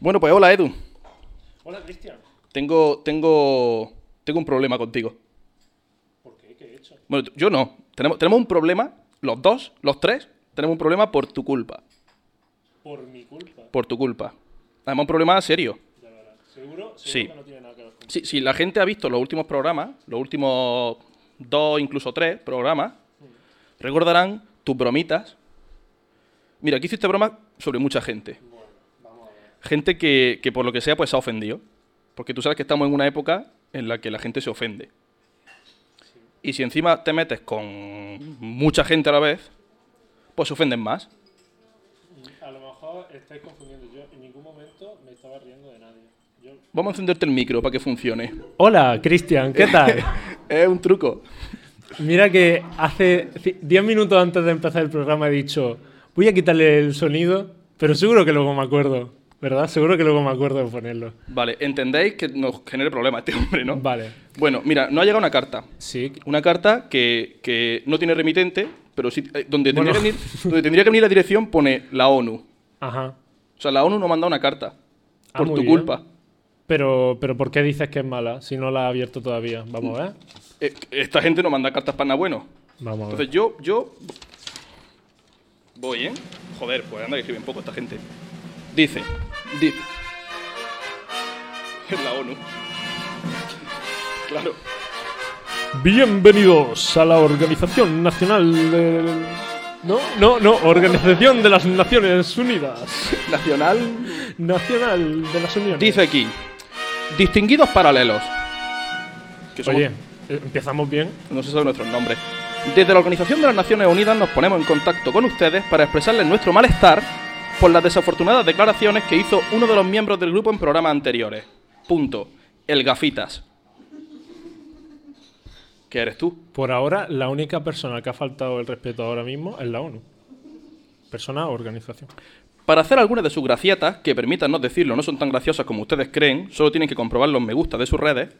Bueno, pues hola Edu. Hola, Cristian. Tengo, tengo, tengo un problema contigo. ¿Por qué? ¿Qué he hecho? Bueno, yo no. Tenemos, tenemos un problema, los dos, los tres, tenemos un problema por tu culpa. Por mi culpa. Por tu culpa. Además, un problema serio. Ya verás. Seguro, seguro Sí. que no tiene nada que ver con Si, si la gente ha visto los últimos programas, los últimos dos, incluso tres programas, recordarán tus bromitas. Mira, aquí hiciste bromas sobre mucha gente. Bueno, vamos a ver. Gente que, que por lo que sea, pues se ha ofendido. Porque tú sabes que estamos en una época en la que la gente se ofende. Y si encima te metes con mucha gente a la vez, pues se ofenden más. A lo mejor estáis confundiendo. Yo en ningún momento me estaba riendo de nadie. Yo... Vamos a encenderte el micro para que funcione. Hola, Cristian, ¿qué tal? Es un truco. Mira que hace ci- 10 minutos antes de empezar el programa he dicho, voy a quitarle el sonido, pero seguro que luego me acuerdo, ¿verdad? Seguro que luego me acuerdo de ponerlo. Vale, entendéis que nos genere problemas este hombre, ¿no? Vale. Bueno, mira, no ha llegado una carta. Sí. Una carta que, que no tiene remitente, pero sí, eh, donde, tendría Bueno. que venir, donde tendría que venir la dirección pone la ONU. O Ajá. sea, la ONU no manda una carta. Ah, Por muy tu bien. culpa. Pero, pero ¿por qué dices que es mala si no la ha abierto todavía? Vamos a ver. Eh, esta gente no manda cartas para nada bueno. Vamos a ver. Entonces yo, yo. Voy, ¿eh? Joder, pues anda que escriben poco esta gente. Dice. Dice. Es la ONU. Claro. Bienvenidos a la Organización Nacional de... No, no, no, Organización de las Naciones Unidas. Nacional. Nacional de las Uniones. Dice aquí, distinguidos paralelos. Que somos- Oye, eh, empezamos bien. no se sabe nuestros nombres. Desde la Organización de las Naciones Unidas nos ponemos en contacto con ustedes para expresarles nuestro malestar por las desafortunadas declaraciones que hizo uno de los miembros del grupo en programas anteriores. Punto. El gafitas. ¿Qué eres tú? Por ahora, la única persona que ha faltado el respeto ahora mismo es la ONU. Persona o organización. Para hacer algunas de sus gracietas, que permítanos decirlo, no son tan graciosas como ustedes creen, solo tienen que comprobar los me gusta de sus redes.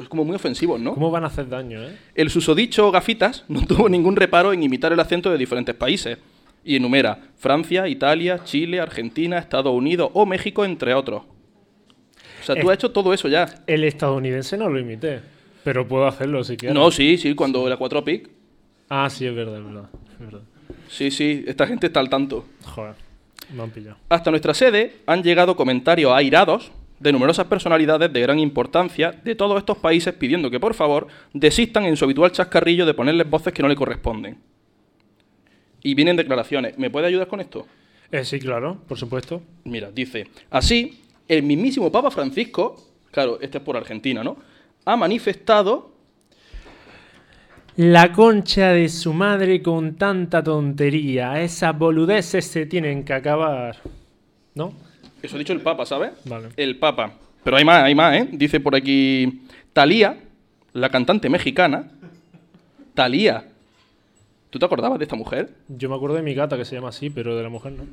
Es como muy ofensivos, ¿no? ¿Cómo van a hacer daño, eh? El susodicho Gafitas no tuvo ningún reparo en imitar el acento de diferentes países y enumera Francia, Italia, Chile, Argentina, Estados Unidos o México, entre otros. O sea, tú Eh. has hecho todo eso ya. El estadounidense no lo imité, pero puedo hacerlo si quiero. No, sí, sí, cuando era 4 pic. Ah, sí, es verdad, es verdad. es verdad. Sí, sí, esta gente está al tanto. Joder, me han pillado. Hasta nuestra sede han llegado comentarios airados de numerosas personalidades de gran importancia de todos estos países pidiendo que por favor desistan en su habitual chascarrillo de ponerles voces que no le corresponden. Y vienen declaraciones. ¿Me puede ayudar con esto? Eh, sí, claro, por supuesto. Mira, dice, así, el mismísimo Papa Francisco, claro, este es por Argentina, ¿no? Ha manifestado, La concha de su madre con tanta tontería. Esas boludeces se tienen que acabar. ¿No? eso ha dicho el Papa, ¿sabes? Vale. El Papa. Pero hay más, hay más, ¿eh? Dice por aquí, Talía, la cantante mexicana. Talía. ¿Tú te acordabas de esta mujer? Yo me acuerdo de mi gata que se llama así, pero de la mujer no.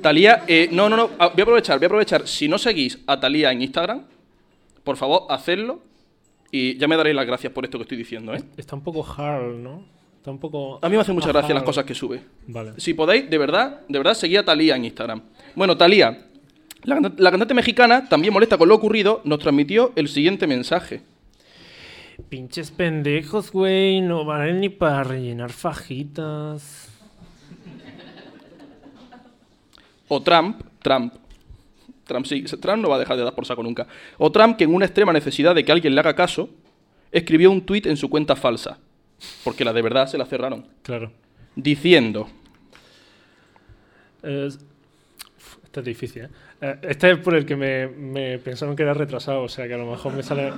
Talía, eh, no, no, no, ah, voy a aprovechar, voy a aprovechar. Si no seguís a Talía en Instagram, por favor, hacedlo. Y ya me daréis las gracias por esto que estoy diciendo, ¿eh? Está un poco hard, ¿no? Está un poco. A mí me hacen mucha gracia las hard. cosas que sube. Vale. Si podéis, de verdad, de verdad, seguid a Talía en Instagram. Bueno, Talía, la, canta- la cantante mexicana, también molesta con lo ocurrido, nos transmitió el siguiente mensaje. Pinches pendejos, güey. No valen ni para rellenar fajitas. O Trump, Trump. Trump sí, Trump no va a dejar de dar por saco nunca. O Trump, que en una extrema necesidad de que alguien le haga caso, escribió un tuit en su cuenta falsa, porque la de verdad se la cerraron, Claro. diciendo, Es- Uf, Este es difícil, ¿eh? Eh, Este es por el que me, me pensaron que era retrasado, o sea que a lo mejor me sale.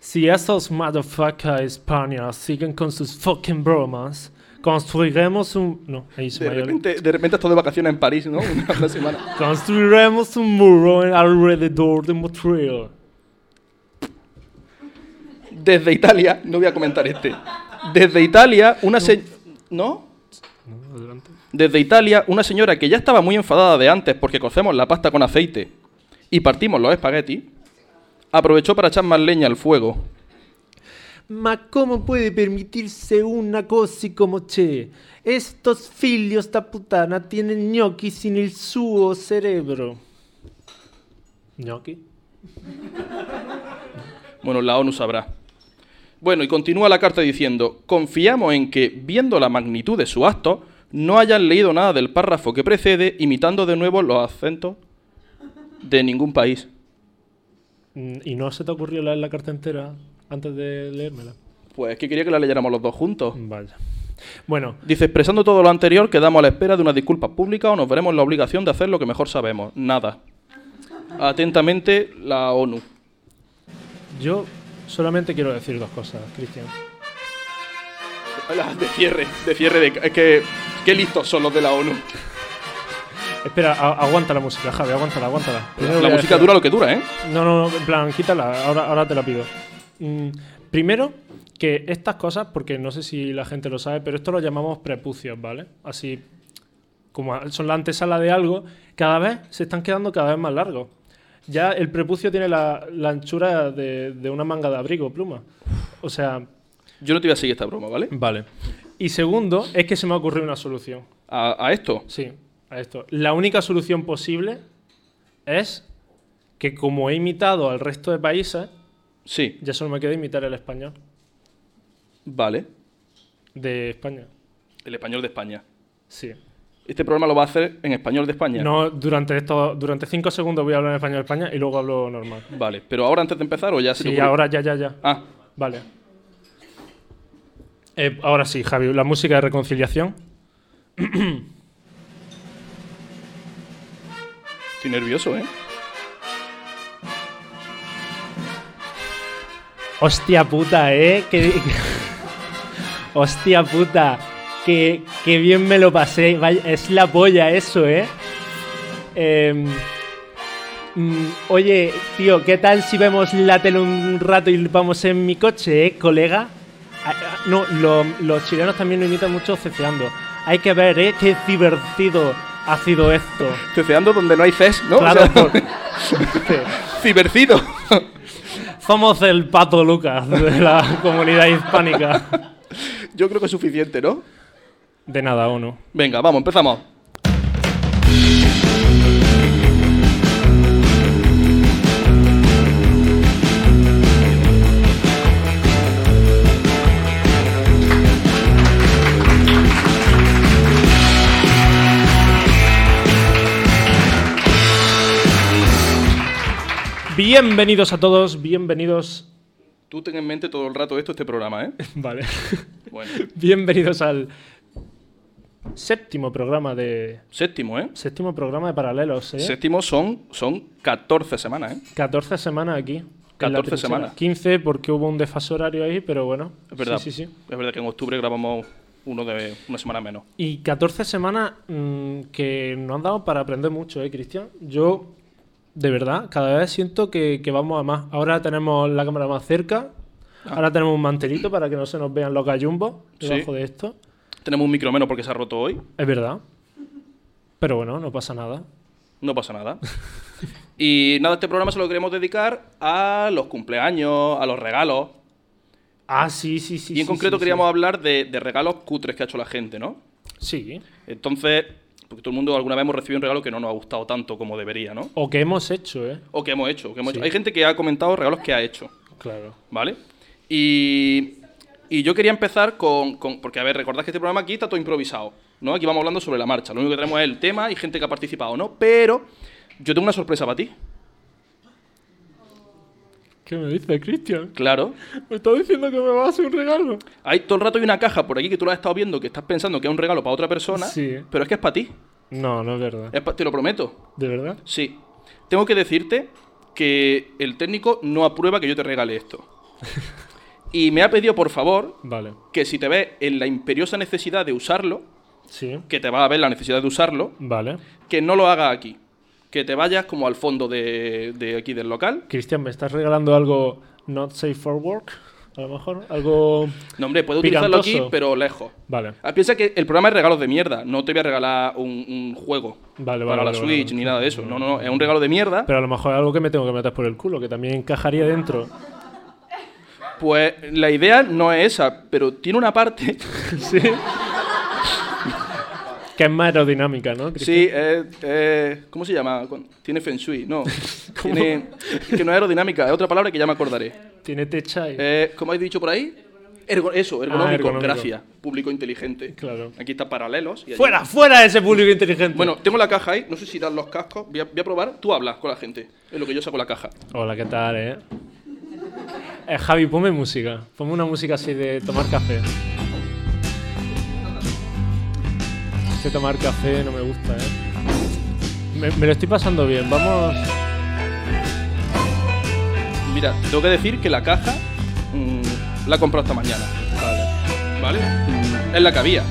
Si esos motherfuckers españoles siguen con sus fucking bromas, construiremos un. No, ahí se de me ha ido el- repente, de repente estás de vacaciones en París, ¿no? Una semana. Construiremos un muro alrededor de Montreal. Desde Italia, no voy a comentar este. Desde Italia, una se... ¿No? No, adelante. Desde Italia, una señora que ya estaba muy enfadada de antes porque cocemos la pasta con aceite y partimos los espaguetis, aprovechó para echar más leña al fuego. Ma cómo puede permitirse una cosa como che? Estos filios da putana tienen gnocchi sin el suo cerebro. Gnocchi. Bueno, la ONU sabrá. Bueno, y continúa la carta diciendo, confiamos en que, viendo la magnitud de su acto, no hayan leído nada del párrafo que precede, imitando de nuevo los acentos de ningún país. Mm, ¿Y no se te ocurrió leer la carta entera antes de leérmela? Pues es que quería que la leyéramos los dos juntos. Vaya. Bueno, Dice, expresando todo lo anterior, quedamos a la espera de una disculpa pública o nos veremos en la obligación de hacer lo que mejor sabemos. Nada. Atentamente, la ONU. yo solamente quiero decir dos cosas, Cristian. De cierre, de cierre de... Es que... Qué listos son los de la ONU. Espera, a- aguanta la música, Javi, aguántala, aguántala. Primero La voy a música decir- dura lo que dura, ¿eh? No, no, no, en plan, quítala, ahora, ahora te la pido. Mm, primero, que estas cosas, porque no sé si la gente lo sabe, pero esto lo llamamos prepucios, ¿vale? Así, como a- son la antesala de algo, cada vez se están quedando cada vez más largos. Ya el prepucio tiene la, la anchura de, de una manga de abrigo, pluma. O sea, Yo no te voy a seguir esta broma, ¿vale? vale. Y segundo, es que se me ha ocurrido una solución. A, a esto. Sí, a esto. La única solución posible es que como he imitado al resto de países, Sí, ya solo me queda imitar el español vale. de España. El español de España. Sí. Este programa lo va a hacer en español de España. No, durante esto, durante cinco segundos voy a hablar en español de España y luego hablo normal. Vale, pero ahora antes de empezar o ya se te Sí, ocurre? ahora ya, ya, ya. Ah, Vale. Eh, ahora sí, Javi, la música de reconciliación. estoy nervioso, ¿eh? Hostia puta, ¿eh? Que... Hostia puta, que, que bien me lo pasé. Vaya- es la polla eso, ¿eh? Em, mm, oye, tío, ¿qué tal si vemos la tele un rato y vamos en mi coche, eh, colega? Ah, ah, No, lo- los chilenos también lo imitan mucho cefeando. Hay que ver, ¿eh? Qué divertido ha sido esto. Ceceando donde no hay CES, ¿no? Claro, O sea, por- cibercito. somos el pato Lucas de la comunidad hispánica. Yo creo que es suficiente, ¿no? De nada, ¿o no? Venga, vamos, empezamos. Bienvenidos a todos, bienvenidos. Tú ten en mente todo el rato esto, este programa, ¿eh? Vale. Bueno, bienvenidos al séptimo programa de. séptimo, ¿eh? Séptimo programa de paralelos, ¿eh? Séptimo son, son 14 semanas, ¿eh? 14 semanas aquí. en la 14 trinchera. semanas. 15 porque hubo un desfase horario ahí, pero bueno. Es verdad. Sí, sí, sí. Es verdad que en octubre grabamos uno de una semana menos. Y 14 semanas mm, que nos han dado para aprender mucho, ¿eh, Cristian? Yo, de verdad, cada vez siento que, que vamos a más. Ahora tenemos la cámara más cerca. Ahora tenemos un mantelito para que no se nos vean los gallumbos Ah. Sí. debajo de esto. Tenemos un micro menos porque se ha roto hoy. Es verdad. Pero bueno, no pasa nada. No pasa nada. Y nada, este programa se lo queremos dedicar a los cumpleaños, a los regalos. Ah, sí, sí, sí. y en sí, concreto sí, queríamos hablar de, de regalos cutres que ha hecho la gente, ¿no? Sí. Sí. Entonces, porque todo el mundo alguna vez hemos recibido un regalo que no nos ha gustado tanto como debería, ¿no? O que hemos hecho, ¿eh? O que hemos hecho. o que hemos Sí. hecho. Hay gente que ha comentado regalos que ha hecho, Claro. ¿vale? Y, y yo quería empezar con, con- Porque, a ver, recordad que este programa aquí está todo improvisado, ¿no? Aquí vamos hablando sobre la marcha. Lo único que tenemos es el tema y gente que ha participado, ¿no? Pero yo tengo una sorpresa para ti. ¿Qué me dice Cristian? Claro. Me está diciendo que me va a hacer un regalo. Hay todo el rato hay una caja por aquí que tú la has estado viendo que estás pensando que es un regalo para otra persona, Sí. pero es que es para ti. No, no es verdad. Es pa- te lo prometo. ¿De verdad? Sí. Tengo que decirte que el técnico no aprueba que yo te regale esto. y me ha pedido, por favor, Vale. que si te ves en la imperiosa necesidad de usarlo, Sí. que te va a ver la necesidad de usarlo, Vale. que no lo hagas aquí. Que te vayas como al fondo de, de aquí del local. Cristian, ¿me estás regalando algo not safe for work? A lo mejor. Algo. No, hombre, puedes utilizarlo aquí, Picantoso. pero lejos. Vale. Ah, piensa que el programa es regalos de mierda. No te voy a regalar un, un juego Vale, vale, para vale, la vale, Switch vale. ni nada de eso. No, no, no. Es un regalo de mierda. Pero a lo mejor algo que me tengo que meter por el culo, que también encajaría dentro. Pues la idea no es esa, pero tiene una parte sí. Que es más aerodinámica, ¿no? Cristian? Sí, eh, eh, ¿cómo se llama? Cuan- Tiene feng shui, no. Tiene, que no es aerodinámica, es otra palabra que ya me acordaré. Tiene techa y. Eh, ¿Cómo habéis dicho por ahí? Ergo- eso, ergonómico, Ah, ergonómico. gracias. Público inteligente. Claro. Aquí está paralelos. y allí- ¡Fuera! ¡Fuera de ese público inteligente! Bueno, tengo la caja ahí, no sé si dan los cascos. Voy a, voy a probar, tú hablas con la gente. Es lo que yo saco la caja. Hola, ¿qué tal, eh? Eh, Javi, ponme música. Ponme una música así de tomar café. Este tomar café no me gusta, eh. Me, me lo estoy pasando bien. Vamos. Mira, tengo que decir que la caja mm, la he comprado esta mañana. Vale. ¿Vale? Mm, Es la que había.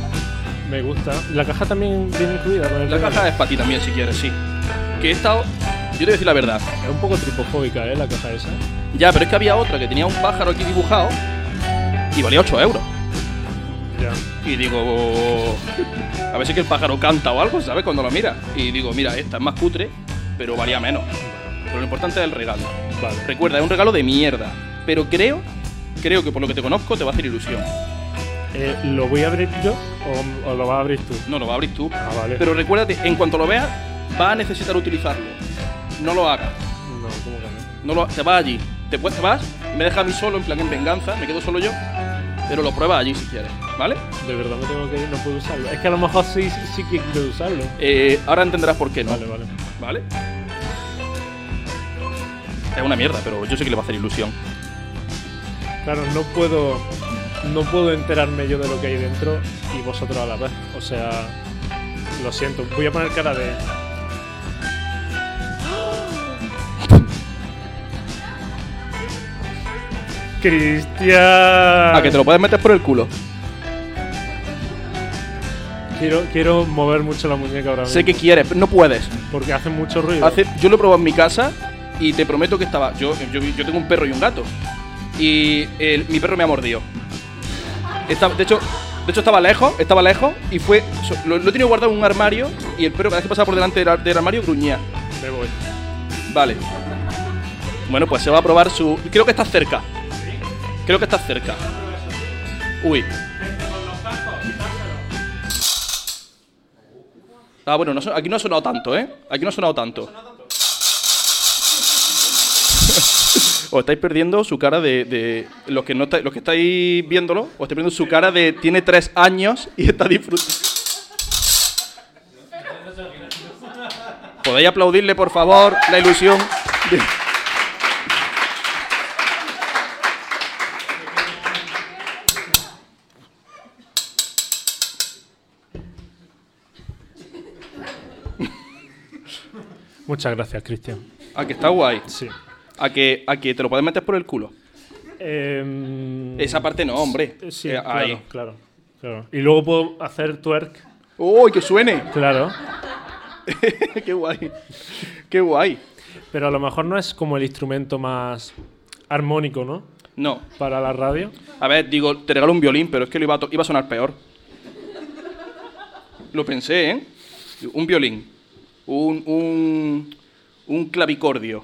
Me gusta. La caja también viene incluida con el La regalo. caja es para ti también, si quieres, sí. Que he estado. Yo te voy a decir la verdad. Es un poco tripofóbica, eh, la caja esa. Ya, pero es que había otra que tenía un pájaro aquí dibujado y valía 8 euros. Ya. Y digo, a veces que el pájaro canta o algo, ¿sabes? Cuando lo mira. Y digo, mira, esta es más cutre, pero valía menos. Pero lo importante es el regalo. Vale. Recuerda, es un regalo de mierda. Pero creo, creo que por lo que te conozco te va a hacer ilusión. Eh, ¿Lo voy a abrir yo o, o lo vas a abrir tú? No lo va a abrir tú. Ah, vale. Pero recuérdate, en cuanto lo veas, vas a necesitar utilizarlo. No lo hagas. No, ¿cómo que no? No lo, te vas allí. Te, pu- te vas, me dejas a mí solo, en plan en venganza, me quedo solo yo. Pero lo pruebas allí si quieres, ¿vale? De verdad me tengo que ir, no puedo usarlo. Es que a lo mejor sí, sí que quiero usarlo. Eh, ahora entenderás por qué no. Vale, vale. ¿Vale? Es una mierda, pero yo sé que le va a hacer ilusión. Claro, no puedo, no puedo enterarme yo de lo que hay dentro y vosotros a la vez. O sea, lo siento. Voy a poner cara de. Cristian. Ah, que te lo puedes meter por el culo. Quiero, quiero mover mucho la muñeca ahora mismo. Sé que quieres, pero no puedes. Porque hace mucho ruido. Hace- yo lo he probado en mi casa y te prometo que estaba. Yo, yo, yo tengo un perro y un gato. Y el- mi perro me ha mordido. Esta- de, hecho, de hecho, estaba lejos, estaba lejos y fue. so- lo, lo he tenido guardado en un armario y el perro cada vez que pasaba por delante del, ar- del armario gruñía. Me voy. Vale. Bueno, pues se va a probar su. Creo que está cerca. Creo que está cerca. Uy. Ah, bueno, no ha son- aquí no ha sonado tanto, ¿eh? Aquí no ha sonado tanto. Os estáis perdiendo su cara de. de- los, que no estáis, los que estáis viéndolo, os estáis perdiendo su cara de. Tiene tres años y está disfrutando. Podéis aplaudirle, por favor, la ilusión. de- Muchas gracias, Cristian. A que está guay. Sí. A que, a que te lo puedes meter por el culo. Em, Esa parte no, hombre. Sí, Eh, claro, ahí. claro, claro. Y luego puedo hacer twerk. ¡Uy, que suene! Claro. ¡Qué guay! ¡Qué guay! Pero a lo mejor no es como el instrumento más armónico, ¿no? No. Para la radio. A ver, digo, te regalo un violín, pero es que lo iba a, to- iba a sonar peor. Lo pensé, ¿eh? Un violín. Un. Un, un clavicordio.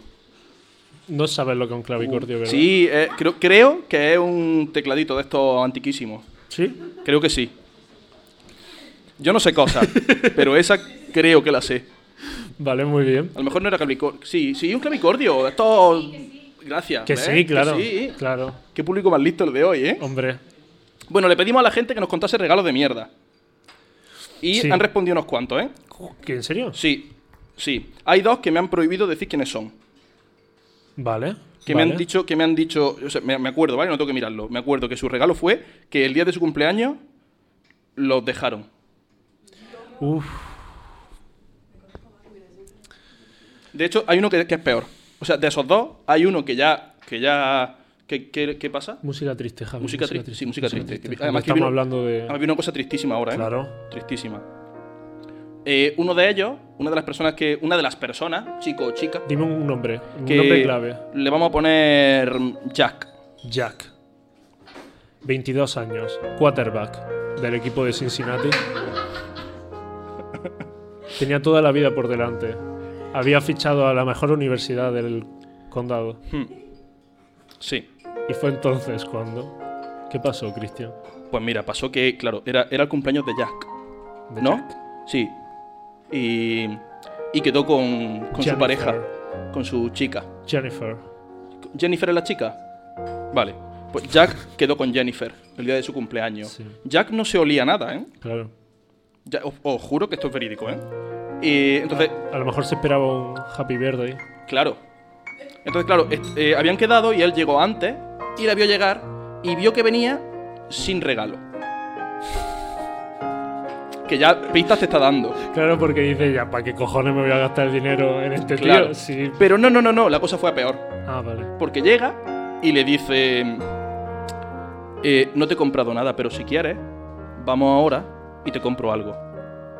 No sabes lo que es un clavicordio, ¿verdad? Sí, eh, creo, creo que es un tecladito de estos antiquísimos. ¿Sí? Creo que sí. Yo no sé cosas, pero esa creo que la sé. Vale, muy bien. A lo mejor no era clavicordio. Sí, sí, un clavicordio. Esto. Gracias. Que ¿ves? sí, claro. sí. Claro. Oh. Qué público más listo el de hoy, ¿eh? Hombre, Bueno, le pedimos a la gente que nos contase regalos de mierda. Y Sí. han respondido unos cuantos, ¿eh? ¿qué, ¿en serio? Sí, sí. Hay dos que me han prohibido decir quiénes son. Vale. Que me vale. han dicho, que me han dicho, o sea, me, me acuerdo, ¿vale? No tengo que mirarlo. Me acuerdo que su regalo fue que el día de su cumpleaños los dejaron. Uf, De hecho, hay uno que, que es peor. O sea, de esos dos, hay uno que ya. que ya. ¿Qué, qué, qué pasa? música triste, Javi. Música triste, sí, música triste. Además Además, que estamos vino- hablando de. Ah, me viene una cosa tristísima ahora, ¿eh? Claro. Tristísima. Eh, uno de ellos, una de las personas que. Una de las personas, chico o chica, Dime un nombre. Un que nombre clave. le vamos a poner Jack. Jack. 22 años. Quarterback del equipo de Cincinnati. Tenía toda la vida por delante. Había fichado a la mejor universidad del condado. Sí. Y fue entonces cuando. ¿Qué pasó, Cristian? Pues mira, pasó que, claro, era, era el cumpleaños de Jack. De ¿No? Jack. Sí. Y, y quedó con, con su Jennifer. pareja, con su chica. Jennifer. ¿Jennifer es la chica? Vale. Pues Jack quedó con Jennifer el día de su cumpleaños. Sí. Jack no se olía nada, ¿eh? Claro. Ya- os, os juro que esto es verídico, ¿eh? Y entonces, A lo mejor se esperaba un Happy Birthday. claro. Entonces, claro, est- eh, habían quedado y él llegó antes y la vio llegar y vio que venía sin regalo. Que ya pistas te está dando. Claro, porque dice ya, ¿para qué cojones me voy a gastar el dinero en este Claro. tío? Sí. Pero no, no, no, no, la cosa fue a peor. Ah, vale. Porque llega y le dice: eh, No te he comprado nada, pero si quieres, vamos ahora y te compro algo.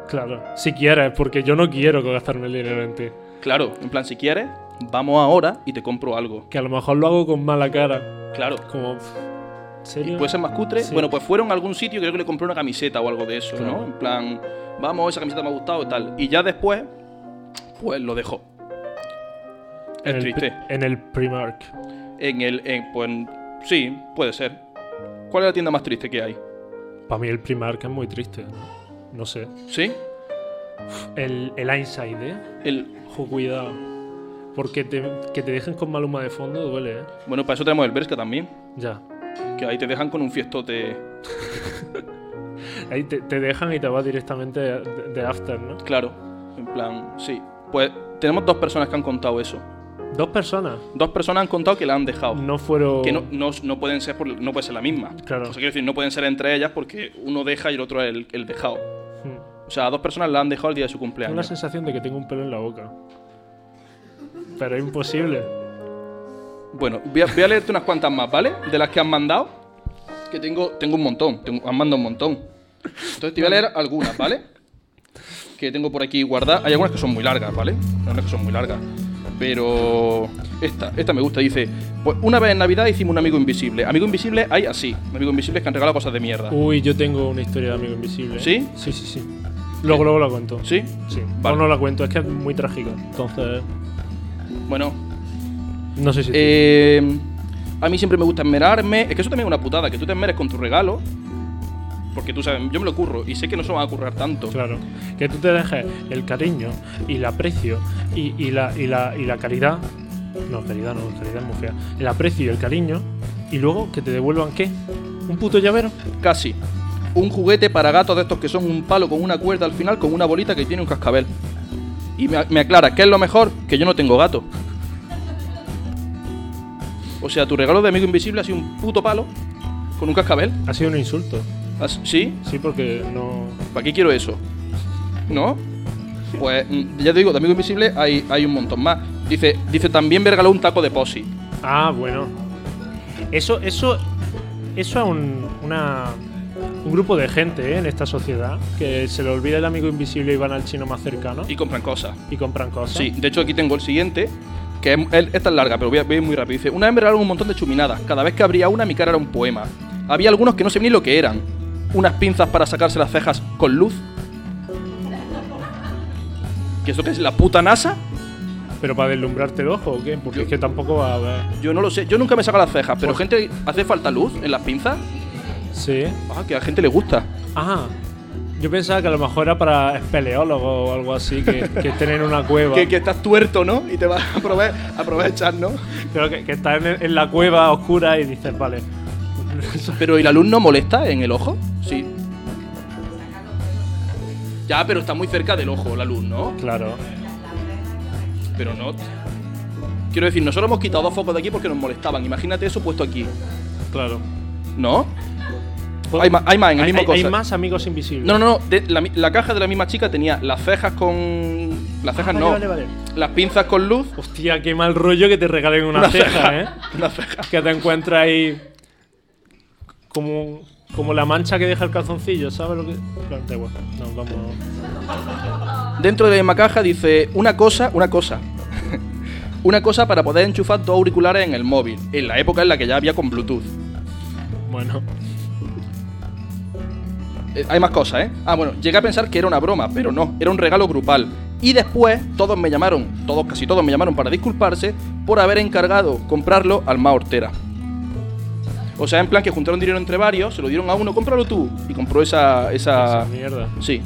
Claro. Si quieres, porque yo no quiero gastarme el dinero en ti. Claro, en plan, si quieres, vamos ahora y te compro algo. Que a lo mejor lo hago con mala cara. Claro. Como. pff, Y ¿Serio? puede ser más cutre. Sí. Bueno, pues fueron a algún sitio, creo que le compró una camiseta o algo de eso, ¿no? Claro. En plan, vamos, esa camiseta me ha gustado y tal. Y ya después, pues lo dejó. Es en el, triste. pri- en el Primark. En el. en- pues sí, puede ser. ¿Cuál es la tienda más triste que hay? Para mí el Primark es muy triste. No sé. ¿Sí? El, el Inside, ¿eh? El. Ojo, cuidado. Porque te- que te dejen con maluma de fondo duele, ¿eh? Bueno, para eso tenemos el Berska también. Ya. Que ahí te dejan con un fiestote. Ahí te, te dejan y te vas directamente de, de after, ¿no? Claro. En plan, sí. Pues tenemos dos personas que han contado eso. Dos personas. Dos personas han contado que la han dejado. No fueron. Que no, no, no pueden ser por- no puede ser la misma. Claro. O sea, quiero decir, no pueden ser entre ellas porque uno deja y el otro es el, el dejado. Mm. O sea, a dos personas la han dejado el día de su Tengo la cumpleaños. sensación de que tengo un pelo en la boca. Pero es imposible. Bueno, voy a, voy a leerte unas cuantas más, ¿vale? De las que han mandado. Que tengo, tengo un montón. Tengo- han mandado un montón. Entonces te voy a leer algunas, ¿vale? Que tengo por aquí guardadas. Hay algunas que son muy largas, ¿vale? Hay algunas que son muy largas. Pero esta, esta me gusta. Dice, pues una vez en Navidad hicimos un amigo invisible. Amigo invisible hay así. Amigo invisible que han regalado cosas de mierda. Uy, yo tengo una historia de amigo invisible. ¿eh? ¿Sí? Sí, sí, sí. Luego, luego la cuento. ¿Sí? Sí. Vale. O no la cuento, es que es muy trágica. Entonces. Bueno, No sé si. Eh, a mí siempre me gusta esmerarme. Es que eso también es una putada, que tú te esmeres con tu regalo. Porque tú sabes, yo me lo curro y sé que no se lo van a currar tanto. Claro. Que tú te dejes el cariño y el aprecio y, y la, y, la, y la caridad. No, caridad no, caridad es muy fea. El aprecio y el cariño. Y luego que te devuelvan qué? ¿Un puto llavero? Casi. Un juguete para gatos de estos que son un palo con una cuerda al final con una bolita que tiene un cascabel. Y me, me aclara, ¿qué es lo mejor? Que yo no tengo gato. O sea, tu regalo de amigo invisible ha sido un puto palo con un cascabel. Ha sido un insulto. Has- ¿Sí? Sí, porque no. ¿Para qué quiero eso? ¿No? Pues mm, ya te digo, de Amigo Invisible hay, hay un montón más. Dice, dice también me regaló un taco de posi. Ah, bueno. Eso, eso, eso es un, una- un grupo de gente ¿eh? en esta sociedad que se le olvida el amigo invisible y van al chino más cercano Y y, compran cosas. compran cosas. Sí, de hecho aquí tengo el siguiente, que es, el- esta es larga, pero voy a, voy a ir muy rápido. Dice, una vez me regalaron un montón de chuminadas. Cada vez que abría una, mi cara era un poema. Había algunos que no sé ni lo que eran. Unas pinzas para sacarse las cejas con luz. ¿Que esto qué es? ¿La puta NASA? Pero para deslumbrarte el ojo, ¿o qué? Porque Yo- es que tampoco va a ver. Yo no lo sé, yo nunca me saco las cejas, pero gente, ¿hace falta luz en las pinzas? Sí. Ah, que a la gente le gusta. Ah, yo pensaba que a lo mejor era para espeleólogos o algo así que, que estén en una cueva. que, que estás tuerto, ¿no? Y te vas a prove- a aprovechar, ¿no? Pero que, que están en, en la cueva oscura y dices, vale. Pero ¿y la luz no molesta en el ojo? Sí. Ya, pero está muy cerca del ojo la luz, ¿no? claro. Pero no. Quiero decir, nosotros hemos quitado dos focos de aquí porque nos molestaban. Imagínate eso puesto aquí. Claro. ¿no Hay más- hay más en el mismo Pues hay, hay cosa. más amigos invisibles. No, no, no. de- la, mi- la caja de la misma chica tenía las cejas con. Las cejas Ah, vale, no. vale, vale. Las pinzas con luz. Hostia, qué mal rollo que te regalen una, ceja, ¿eh? Las cejas. Que te encuentras ahí como, como la mancha que deja el calzoncillo, ¿sabes lo que...? En plan, da igual. No, vamos... Dentro de la misma caja dice una cosa, una cosa. una cosa para poder enchufar dos auriculares en el móvil, en la época en la que ya había con Bluetooth. Bueno, Eh, hay más cosas, ¿eh? Ah, bueno, llegué a pensar que era una broma, pero no, era un regalo grupal. Y después todos me llamaron, todos, casi todos me llamaron para disculparse por haber encargado comprarlo al Ma Hortera. O sea, en plan Ah. que juntaron dinero entre varios, se lo dieron a uno, cómpralo tú. Y compró esa. esa... esa mierda. Sí.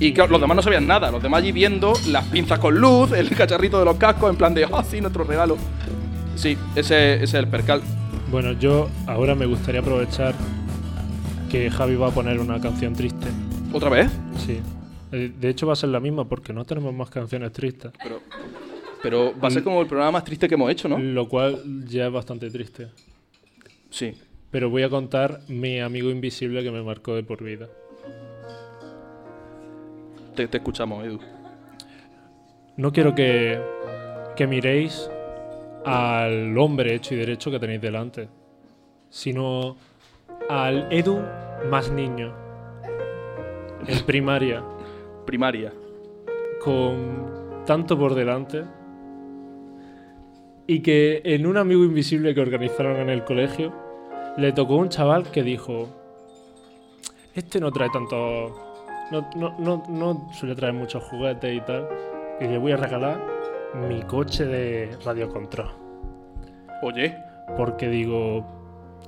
Y claro, los demás no sabían nada, los demás allí viendo las pinzas con luz, el cacharrito de los cascos, en plan de, ah, sí, nuestro regalo. Sí, ese, ese es el percal. Bueno, yo ahora me gustaría aprovechar que Javi va a poner una canción triste. ¿Otra vez? Sí. Eh, De hecho va a ser la misma porque no tenemos más canciones tristes. Pero, pero va a ser como el programa más triste que hemos hecho, ¿no? Lo cual ya es bastante triste. Sí. Pero voy a contar mi amigo invisible que me marcó de por vida. Te, te escuchamos, Edu. No quiero que, que miréis al hombre hecho y derecho que tenéis delante, sino al Edu más niño, en primaria, Primaria. con tanto por delante, y que en un amigo invisible que organizaron en el colegio, le tocó un chaval que dijo, este no trae tanto... No, no, no, no suele traer muchos juguetes y tal. Y le voy a regalar mi coche de radiocontrol. Oye, Porque digo,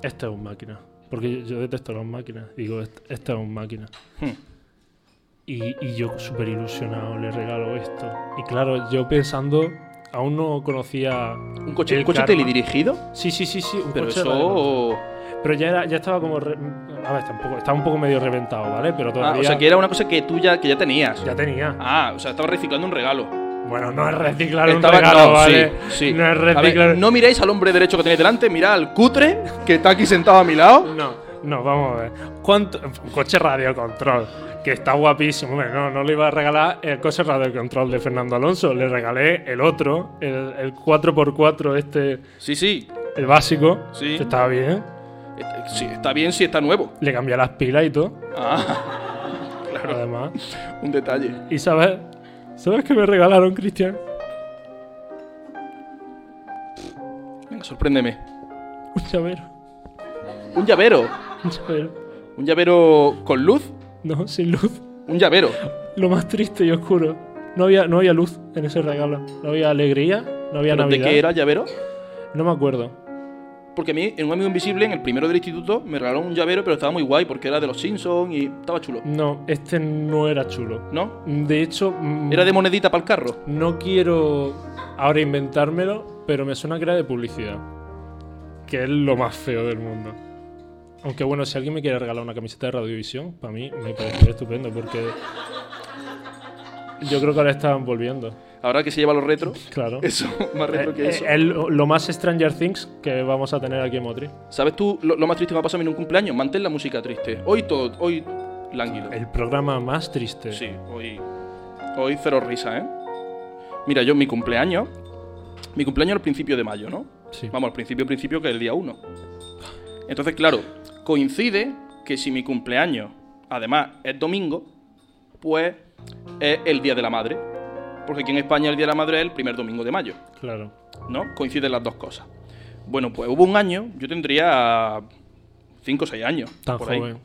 esta es un máquina. Porque yo, yo detesto las máquinas. Digo, "Est- esta es un máquina. Hmm. Y, y yo súper ilusionado le regalo esto. Y claro, yo pensando, aún no conocía... ¿un coche, el un coche karma. teledirigido? Sí, sí, sí, sí. Un Pero coche de radiocontrol. eso... Ah, Pero ya, era- ya estaba como... re- A ver, tampoco, estaba un poco medio reventado, ¿vale? Pero Ah, todavía... o sea, que era una cosa que tú ya, que ya tenías. Ya tenía. Ah, o sea, estaba reciclando un regalo. Bueno, no es reciclar un Estaba- regalo, no, ¿vale? sí, sí. No es A ver, reciclar... no miréis al hombre derecho que tenéis delante, mirad al cutre que está aquí sentado a mi lado. No, no, vamos a ver. ¿Cuánto? Un coche radiocontrol, que está guapísimo. Hombre, no, no le iba a regalar el coche radiocontrol de Fernando Alonso. Le regalé el otro, el, el 4x4 este, Sí, sí. el básico. Sí. Que estaba bien. Este- Sí, está bien si está nuevo. Le cambié las pilas y todo. Ah, Además. un detalle. Y sabes, ¿sabes qué me regalaron, Cristian? Venga, sorpréndeme. Un llavero. Un llavero. Un llavero. Un llavero con luz. No, sin luz. Un llavero. Lo más triste y oscuro. No había, no había luz en ese regalo. No había alegría, no había ¿Pero ¿De Navidad. qué era el llavero? No me acuerdo. Porque a mí, en un amigo invisible, en el primero del instituto, me regalaron un llavero, pero estaba muy guay porque era de los Simpsons y estaba chulo. No, este no era chulo. ¿No? De hecho, mm, Era de monedita para el carro. no quiero ahora inventármelo, pero me suena que era de publicidad. Que es lo más feo del mundo. Aunque bueno, si alguien me quiere regalar una camiseta de Radiovisión, para mí me parecería estupendo porque yo creo que ahora están volviendo. Ahora que se lleva los retro. Claro. Eso, más retro Eh, que eso. eh, es lo lo más Stranger Things que vamos a tener aquí en Motriz. ¿Sabes tú lo, lo más triste que me ha pasado a mí en un cumpleaños? Mantén la música triste. Hoy todo, hoy lánguido. El programa más triste. Sí, hoy, hoy cero risa, ¿eh? Mira, yo en mi cumpleaños, mi cumpleaños al principio de mayo, ¿no? Sí. Vamos, al principio, principio, que es el día 1. Entonces, claro, coincide que si mi cumpleaños, además, es domingo, pues es el Día de la Madre. Porque aquí en España el Día de la Madre es el primer domingo de mayo. Claro. ¿no? Coinciden las dos cosas. Bueno, pues hubo un año, yo tendría 5 o 6 años. Tan por ahí. joven.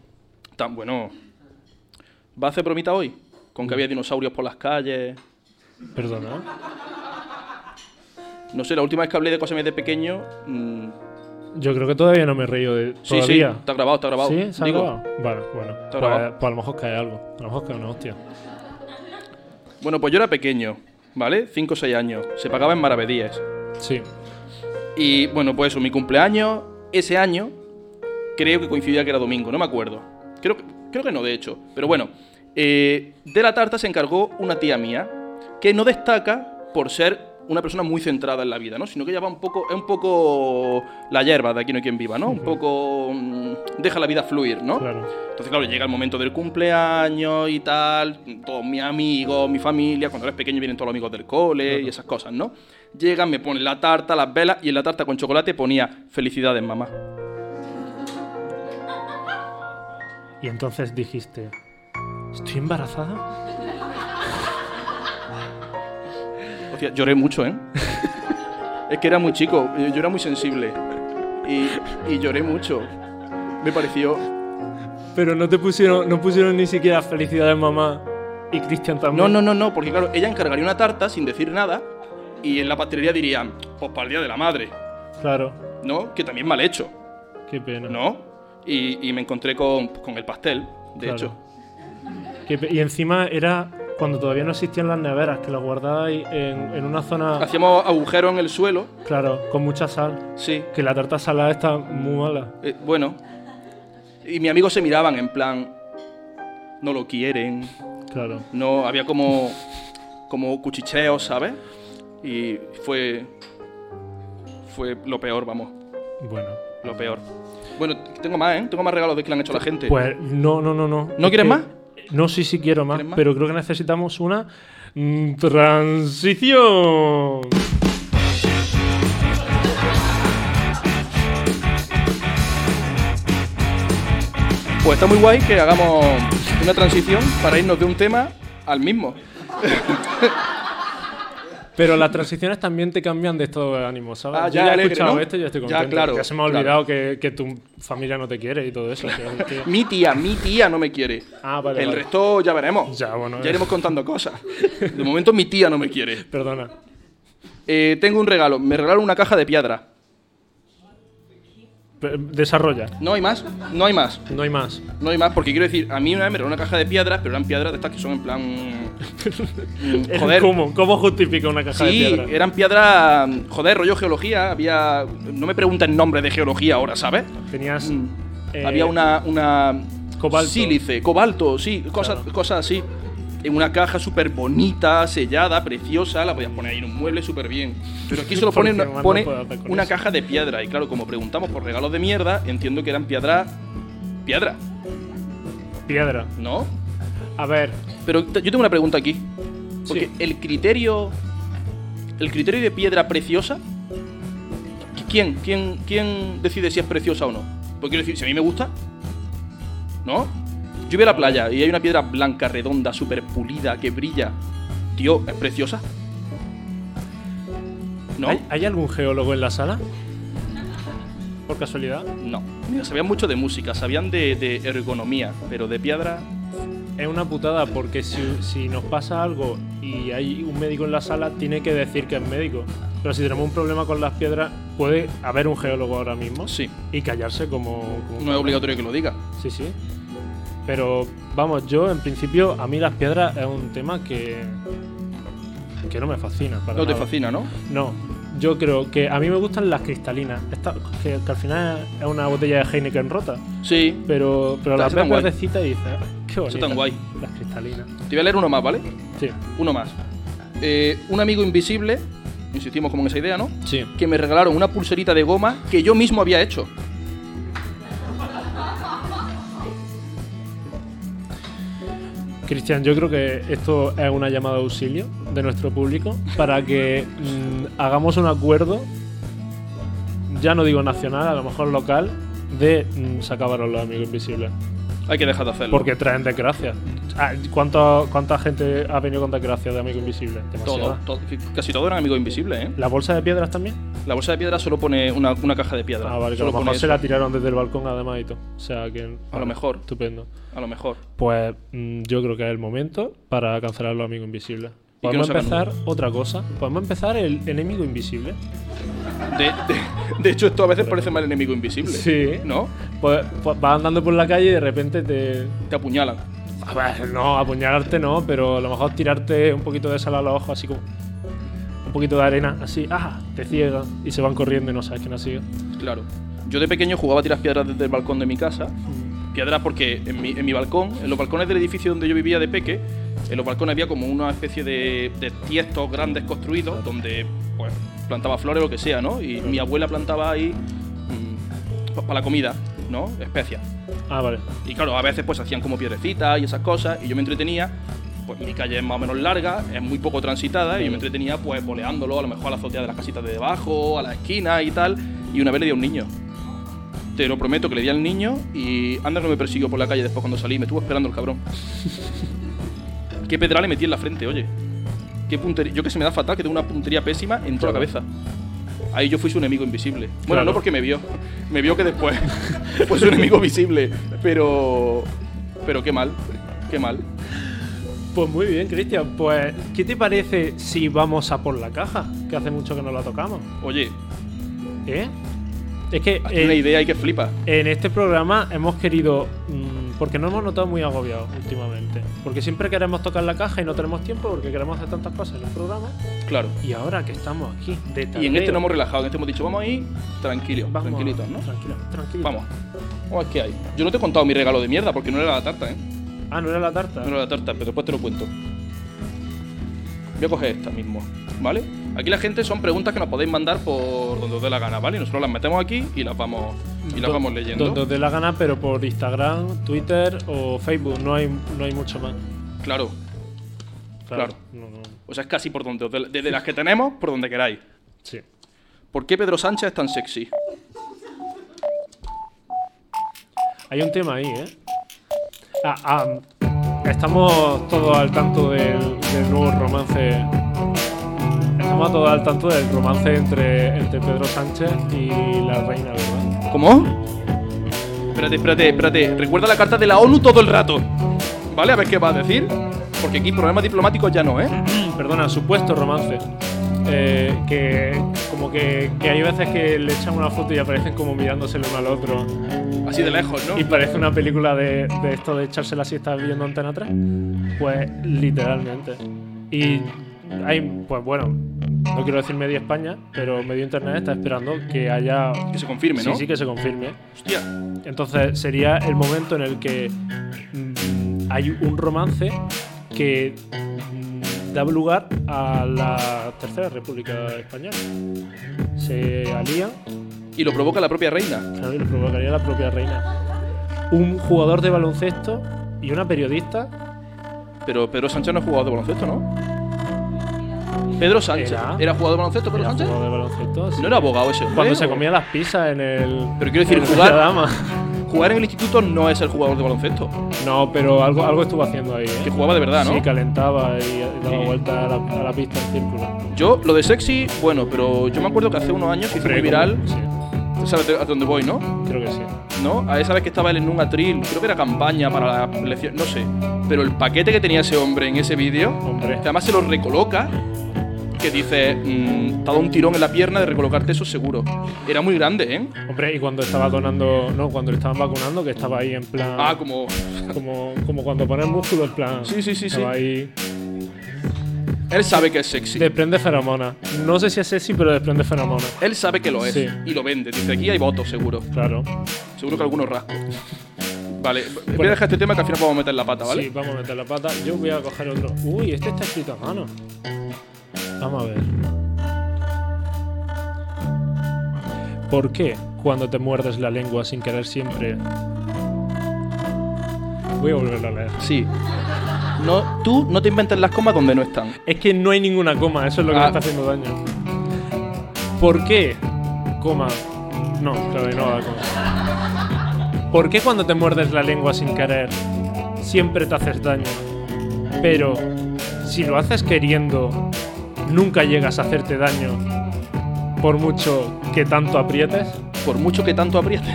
Tan bueno. ¿Va a hacer bromita hoy? Con que Mm. había dinosaurios por las calles. Perdona. ¿eh? No sé, la última vez que hablé de cosas de pequeño. mm, Yo creo que todavía no me he reído de. sí, sí, todavía. está grabado, está grabado. ¿Sí? ¿Se ha Digo, acabado? Vale, bueno. Pues, grabado. pues a lo mejor cae algo. A lo mejor cae una hostia. Bueno, pues yo era pequeño, ¿vale? 5 o 6 años. Se pagaba en maravedíes. Sí. Y bueno, pues eso, mi cumpleaños, ese año, creo que coincidía que era domingo, no me acuerdo. Creo que, creo que no, de hecho. Pero bueno, eh, de la tarta se encargó una tía mía, que no destaca por ser una persona muy centrada en la vida, ¿no? Sino que ella va un poco, es un poco la hierba de aquí no hay quien viva, ¿no? Un poco mm, deja la vida fluir, ¿no? Claro. Entonces, claro, llega el momento del cumpleaños y tal, todos mis amigos, mi familia, cuando eres pequeño vienen todos los amigos del cole y esas cosas, ¿no? Llegan, me ponen la tarta, las velas y en la tarta con chocolate ponía felicidades, mamá. Y entonces dijiste. ¿Estoy embarazada? O sea, lloré mucho, ¿eh? es que era muy chico, yo yo era muy sensible y, y lloré mucho. Me pareció... Pero no te pusieron, no pusieron ni siquiera felicidades, mamá. Y Cristian No, también. no, no, no, porque claro, ella encargaría una tarta sin decir nada y en la pastelería dirían, pues para el Día de la Madre, Claro. ¿no? Que también mal hecho. Qué pena. ¿no? Y, y me encontré con, con el pastel, de Claro. hecho. Que pe- y encima era cuando todavía no existían las neveras, que las guardabais en, en una zona, Hacíamos agujeros en el suelo, claro, con mucha sal. sí, Que la tarta salada está muy mala. eh, bueno. Y mis amigos se miraban en plan, no lo quieren, Claro. no, había como, como cuchicheos, ¿sabes? Y fue, fue lo peor, vamos, Bueno. lo peor. Bueno, tengo más, ¿eh? Tengo más regalos de que le han hecho a la gente. Pues no, no, no, no. ¿No Es quieres que- más? No, sí, sí quiero más, ¿Quieres más? pero creo que necesitamos una mm, transición. Pues está muy guay que hagamos una transición para irnos de un tema al mismo. Pero las transiciones también te cambian de estado de ánimo, ¿sabes? Ah, Yo ya, ya he alegre, escuchado ¿no? esto y ya estoy Ya, contento. claro, Ya se me ha claro. olvidado que, que tu familia no te quiere y todo eso. que es que- Mi tía, mi tía no me quiere. Ah, vale, El vale. resto ya veremos. Ya, bueno, Ya eh. iremos contando cosas. De momento mi tía no me quiere. Perdona. Eh, tengo un regalo. Me regalaron una caja de piedra. Pe- Desarrolla. No hay más. No hay más. No hay más. No hay más porque quiero decir, a mí una vez me regalaron una caja de piedras, pero eran piedras de estas que son en plan... mm, Joder. ¿Cómo? ¿Cómo justifica una caja de Sí, eh, piedra? eran piedras... mm, Joder, rollo geología. Había... No me pregunten nombres de geología ahora, ¿sabes? Tenías. Mm. eh, Había una, una cobalto. sílice, cobalto, sí, cosas, Claro. cosas así. En una caja súper bonita, sellada, preciosa, la podías poner ahí en un mueble súper bien. Pero aquí solo Porque pone, una, Omar no pone puede hablar con una eso. caja de piedra. Y claro, como preguntamos por regalos de mierda, entiendo que eran piedra. Piedra, Piedra. ¿no? A ver. Pero te- yo tengo una pregunta aquí. Porque Sí. el criterio. El criterio de piedra preciosa. ¿Quién? ¿Quién? ¿Quién decide si es preciosa o no? Porque quiero decir, si a mí me gusta. ¿No? Yo voy a la playa y hay una piedra blanca, redonda, súper pulida, que brilla. Tío, ¿es preciosa? ¿No? ¿Hay, hay algún geólogo en la sala? Por casualidad. No. Mira, sabían mucho de música, sabían de, de ergonomía, pero de piedra. Es una putada porque si, si nos pasa algo y hay un médico en la sala, tiene que decir que es médico. Pero si tenemos un problema con las piedras, puede haber un geólogo ahora mismo Sí. y callarse como. como No es obligatorio que lo diga. Sí, sí. Pero vamos, yo en principio, a mí las piedras es un tema que. que no me fascina. Para No te nada. fascina, ¿no? No, yo creo que a mí me gustan las cristalinas. Esta- que, que al final es una botella de Heineken rota. Sí. Pero, pero Está- las está tan ves guay. verdecitas y dices, "Ah, qué bonito. Está tan guay. Las cristalinas. Te voy a leer uno más, ¿vale? Sí. Uno más. Eh, un amigo invisible, insistimos como en esa idea, ¿no? Sí. Que me regalaron una pulserita de goma que yo mismo había hecho. Cristian, yo creo que esto es una llamada de auxilio de nuestro público para que mm, hagamos un acuerdo, ya no digo nacional, a lo mejor local, de mm, se acabaron los amigos invisibles. Hay que dejar de hacerlo. Porque traen desgracia. Ah, ¿cuánto- ¿Cuánta gente ha venido con desgracia de amigo invisible? todo, Demasiada. todo- casi todo era amigo invisible, ¿eh? ¿La bolsa de piedras también? La bolsa de piedra solo pone una, una caja de piedra. Ah, vale, que a solo lo pone mejor se eso. la tiraron desde el balcón además y todo. O sea que. A lo vale, mejor. Estupendo. A lo mejor. Pues mm, yo creo que es el momento para cancelar los amigos invisibles. ¿Y que no Podemos sacan empezar otra cosa. Podemos empezar el enemigo invisible. De, de- de hecho, esto a veces parece mal enemigo invisible. Sí. ¿No? Pues, pues vas andando por la calle y de repente te. Te apuñalan. A ver, no, apuñalarte no, pero a lo mejor tirarte un poquito de sal a los ojos, así como. Un poquito de arena, así, ¡ah! Te ciega y se van corriendo y no sabes quién ha sido. Claro. Yo de pequeño jugaba a tirar piedras desde el balcón de mi casa. Piedras porque en mi, en mi balcón, en los balcones del edificio donde yo vivía de peque, en los balcones había como una especie de, de tiestos grandes construidos donde pues, plantaba flores o lo que sea, ¿no? Y mi abuela plantaba ahí para la comida, ¿no? Especias. Ah, vale. Y claro, a veces pues hacían como piedrecitas y esas cosas, y yo me entretenía, pues mi calle es más o menos larga, es muy poco transitada, y yo me entretenía pues boleándolo a lo mejor a la azotea de las casitas de debajo, a la esquina y tal, y una vez le di a un niño. Te lo prometo que le di al niño y Ander no me persiguió por la calle después cuando salí, me estuvo esperando el cabrón. Qué pedra le metí en la frente, oye. Qué puntería. Yo que se me da fatal, que tengo una puntería pésima en toda la cabeza. Ahí yo fui su enemigo invisible. Bueno, Claro. no porque me vio. Me vio que después fue su enemigo visible. Pero. Pero qué mal. Qué mal. Pues muy bien, Cristian. Pues, ¿qué te parece si vamos a por la caja? Que hace mucho que no la tocamos. Oye, ¿Eh? Es que aquí eh, una idea hay que flipa. en este programa hemos querido mm, Porque no hemos notado muy agobiados últimamente. Porque siempre queremos tocar la caja y no tenemos tiempo porque queremos hacer tantas cosas en el programa. Claro. Y ahora que estamos aquí, de Y en este tardeo, no hemos relajado, en este hemos dicho, vamos ahí tranquilos, vamos- tranquilitos, ¿no? Tranquilo, tranquilo. Vamos. Vamos, es que hay. Yo no te he contado mi regalo de mierda porque no era la tarta, ¿eh? Ah, no era la tarta. No era la tarta, pero después te lo cuento. Voy a coger esta mismo, ¿vale? Aquí la gente son preguntas que nos podéis mandar por donde os dé la gana, ¿vale? Y nosotros las metemos aquí y las vamos, y las Do- vamos leyendo. Donde os dé la gana, pero por Instagram, Twitter o Facebook. No hay, no hay mucho más. Claro. Claro. No, no. O sea, es casi por donde os dé la- desde las que tenemos, por donde queráis. Sí. ¿Por qué Pedro Sánchez es tan sexy? Hay un tema ahí, ¿eh? Ah, ah, estamos todos al tanto del, del nuevo romance. Estamos todos al tanto del romance entre, entre Pedro Sánchez y la reina, ¿verdad? ¿Cómo? Espérate, espérate, espérate. Recuerda la carta de la ONU todo el rato. ¿Vale? A ver qué va a decir. Porque aquí problemas diplomáticos ya no, ¿eh? Perdona, supuesto romance. Eh, que como que, que hay veces que le echan una foto y aparecen como mirándose el uno al otro. Así de lejos, ¿no? Y parece una película de, de esto de echarse la siesta viendo Antena 3. Pues literalmente. Y hay, pues bueno, no quiero decir media España, pero medio Internet está esperando que haya... Que se confirme, Sí, ¿no? sí, que se confirme. Hostia. Entonces sería el momento en el que mm, hay un romance que mm, da lugar a la Tercera República Española. Se alían Y lo provoca la propia reina. Claro, y lo provocaría la propia reina. Un jugador de baloncesto y una periodista. Pero Pedro Sánchez no es jugador de baloncesto, ¿no? Pedro Sánchez. ¿Era, Era. jugador de baloncesto, Pedro era Sánchez? jugador de baloncesto. sí. No era abogado ese hombre. Cuando se ¿o? comía las pizzas en el. Pero quiero decir, en el jugar- Bella Dama. Jugar en el instituto no es el jugador de baloncesto. No, pero algo, algo estuvo haciendo ahí. ¿eh? Que jugaba de verdad, ¿no? Sí, calentaba y, y daba Sí. vuelta a la, a la pista en círculo. Yo, lo de sexy, bueno, pero yo me acuerdo que hace unos años se hizo muy viral. Sí, Tú sabes a dónde voy, ¿no? creo que sí. ¿no? A esa vez que estaba él en un atril, creo que era campaña para la elección, no sé. Pero el paquete que tenía ese hombre en ese vídeo, Hombre. que además se lo recoloca, que dice, mm, te ha dado un tirón en la pierna de recolocarte eso seguro. Era muy grande, ¿eh? Hombre, y cuando estaba donando. No, cuando le estaban vacunando, que estaba ahí en plan. Ah, como... como, como cuando pones músculo, en plan. Sí, sí, sí, sí. Estaba ahí. Él sabe que es sexy. Desprende feromonas. No sé si es sexy, pero desprende feromonas. Él sabe que lo es. Sí. Y lo vende. Dice, aquí hay votos, seguro. Claro. Seguro que algunos rascos. Vale, voy a dejar este tema que al final podemos meter la pata, ¿vale? Sí, vamos a meter la pata. Yo voy a coger otro. Uy, este está escrito a mano. Vamos a ver. ¿Por qué cuando te muerdes la lengua sin querer siempre... Voy a volverlo a leer. Sí. No, tú no te inventes las comas donde no están. Es que no hay ninguna coma, eso es lo que Ah. me está haciendo daño. ¿Por qué? Coma. No, claro, no va a coma. ¿Por qué cuando te muerdes la lengua sin querer siempre te haces daño? Pero si lo haces queriendo, nunca llegas a hacerte daño por mucho que tanto aprietes. Por mucho que tanto aprietes.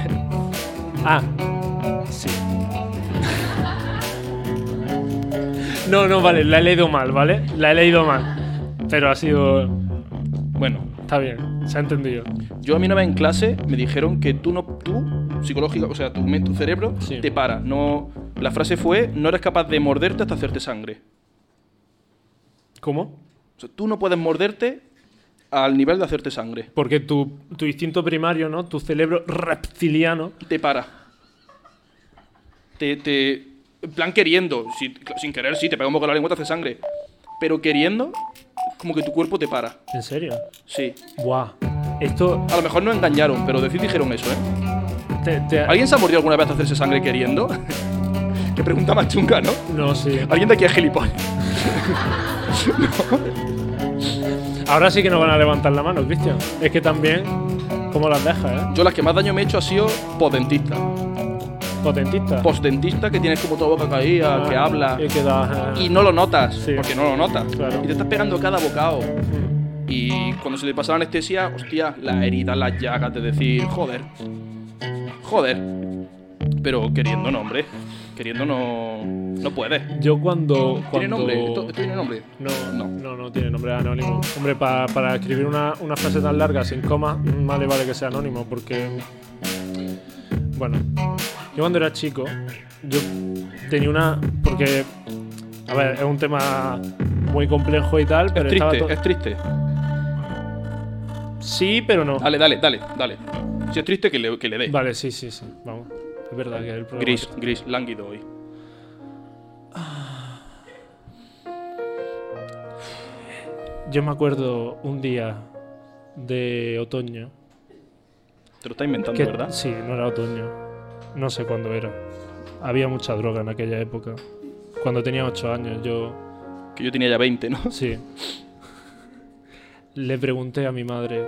Ah, sí. No, no, vale, la he leído mal, ¿vale? La he leído mal. Pero ha sido... Bueno, Está bien, se ha entendido. Yo a mí una vez en clase me dijeron que tú no, tú, psicológica, o sea, tu, men- tu cerebro Sí. te para. No, la frase fue, no eres capaz de morderte hasta hacerte sangre. ¿Cómo? O sea, tú no puedes morderte al nivel de hacerte sangre. Porque tu, tu instinto primario, ¿no? Tu cerebro reptiliano. Te para. Te, te, en plan queriendo, si- cl- sin querer, sí, te pega un poco la lengua y te hace sangre. Pero queriendo, como que tu cuerpo te para. ¿En serio? Sí. Buah. Esto A lo mejor no engañaron, pero decir dijeron eso, ¿eh? te... te- ¿Alguien se ha mordido alguna vez a hacerse sangre queriendo? Qué pregunta más chunga, ¿no? No, sí. Alguien de aquí es gilipollas. Ahora sí que no van a levantar la mano, Cristian. Es que también... ¿Cómo las dejas, eh? Yo las que más daño me he hecho ha sido postdentista. Potentista. Postdentista que tienes como toda boca caída, Pues, que habla Y que da- y no lo notas, Ah, eh, Sí. porque no lo notas. Claro. Y te estás pegando cada bocado. Mm. Y cuando se te pasa la anestesia, hostia, las heridas, las llagas, de decir, joder. Joder. Pero queriendo no, hombre. Queriendo no. No puedes. Yo cuando... cuando... ¿Tiene nombre? ¿Esto, esto tiene nombre? No, No. no, no, tiene nombre anónimo. Hombre, pa- para escribir una, una frase tan larga sin coma, más le vale que sea anónimo, porque. Bueno, yo Yo cuando era chico, yo tenía una. Porque. A ver, es un tema muy complejo y tal, pero Es estaba triste, todo- es triste. Sí, pero no. Dale, dale, dale, dale. Si es triste, que le, que le dé. Vale, sí, sí, sí. Vamos. Es verdad que el programa. Gris, gris, lánguido hoy. Yo me acuerdo un día de otoño. Te lo estás inventando, que- ¿verdad? Sí, no era otoño. No sé cuándo era. Había mucha droga en aquella época. Cuando tenía 8 años, yo. Que yo tenía ya 20, ¿no? Sí. Le pregunté a mi madre,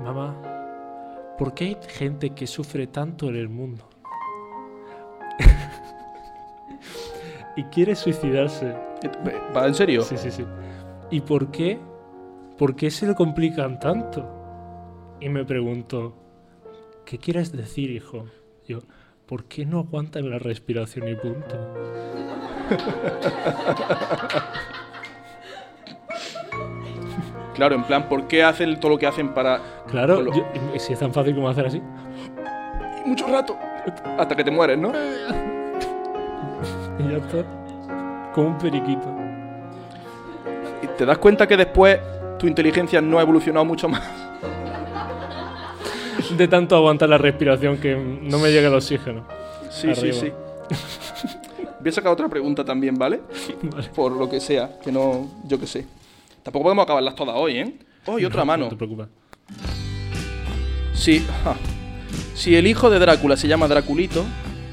mamá, ¿por qué hay gente que sufre tanto en el mundo? y quiere suicidarse. Va, en serio. Sí, sí, sí. ¿Y por qué? ¿Por qué se lo complican tanto? Y me pregunto, ¿qué quieres decir, hijo? Yo, ¿por qué no aguantan la respiración y punto? Claro, en plan, ¿por qué hacen todo lo que hacen para Claro, Con lo- yo- y si es tan fácil como hacer así. mucho rato? Hasta que te mueres, ¿no? Y ya está. Como un periquito. Y te das cuenta que después tu inteligencia no ha evolucionado mucho más. De tanto aguantar la respiración que no me llega el oxígeno. Sí, sí, Arriba. sí. Voy a sacar otra pregunta también, ¿vale? Vale. Por lo que sea, que no, yo qué sé. Tampoco podemos acabarlas todas hoy, ¿eh? Oh, y otra mano. No te preocupes. Si, ja. si el hijo de Drácula se llama Draculito,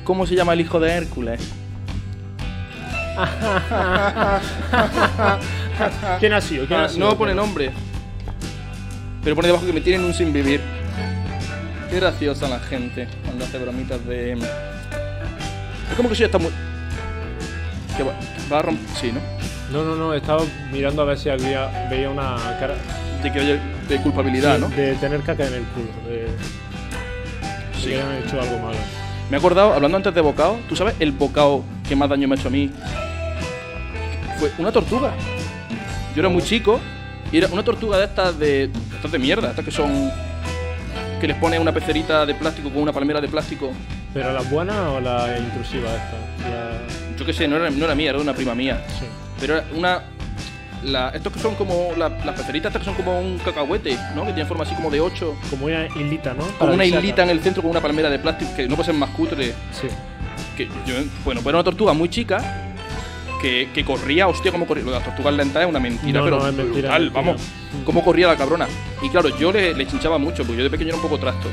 ¿cómo se llama el hijo de Hércules? ¿Quién ha sido? ¿Quién Ah, ha sido? no pone nombre. Pero pone debajo que me tienen un sin vivir. Qué graciosa la gente cuando hace bromitas de. Es como que soy esta mu... Que va, va a romper. Sí, ¿no? No, no, no. Estaba mirando a ver si había, veía una cara De que oye, de culpabilidad, ¿no? de tener caca en el culo. De, de Sí. que hayan hecho algo malo. Me he acordado, hablando antes de bocado, ¿tú sabes el bocado que más daño me ha hecho a mí? Fue una tortuga. Yo era muy chico y era una tortuga de estas de. estas de mierda, estas que son. que les pone una pecerita de plástico con una palmera de plástico. ¿Pero la buena o la intrusiva esta? La- Yo qué sé, no era, no era mía, era de una prima mía. Sí. Pero era una. la- estos que son como. la- las peceritas estas que son como un cacahuete, ¿no? Que tienen forma así como de 8. Como una hilita, ¿no? Con una Paralizada. hilita en el centro con una palmera de plástico, que no puede ser más cutre. Sí. Que yo, bueno, pues era una tortuga muy chica que, que corría, hostia, cómo corría. Lo de las tortugas lentas es una mentira, No, pero no, es mentira, brutal, mentira. vamos. Cómo corría la cabrona. Y claro, yo le, le chinchaba mucho, porque yo de pequeño era un poco trasto.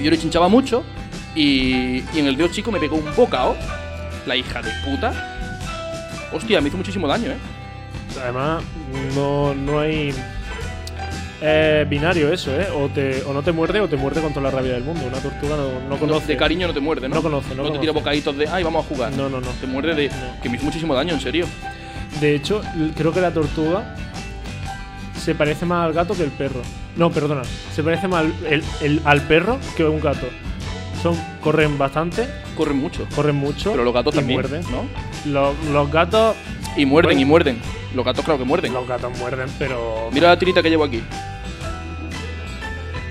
Y yo le chinchaba mucho y, y en el dedo chico me pegó un bocao, la hija de puta. Hostia, me hizo muchísimo daño, ¿eh? Además, no, no hay. eh, binario eso, ¿eh? O, te, o no te muerde o te muerde con toda la rabia del mundo. Una tortuga no, no No, conoce. de cariño no te muerde, ¿no? No conoce, no te conoce. tira bocaditos de, ay, vamos a jugar. No, no, no. Te muerde de, No. que me hizo muchísimo daño, en serio. De hecho, l- creo que la tortuga se parece más al gato que el perro. No, perdona. Se parece más al, el- el- al perro que a un gato. Son, corren bastante, Corren mucho. corren mucho. Pero los gatos y también, Muerden. ¿no? Los, los gatos. Y muerden, Bueno. y muerden. Los gatos, claro que muerden. Los gatos muerden, pero. Mira la tirita que llevo aquí.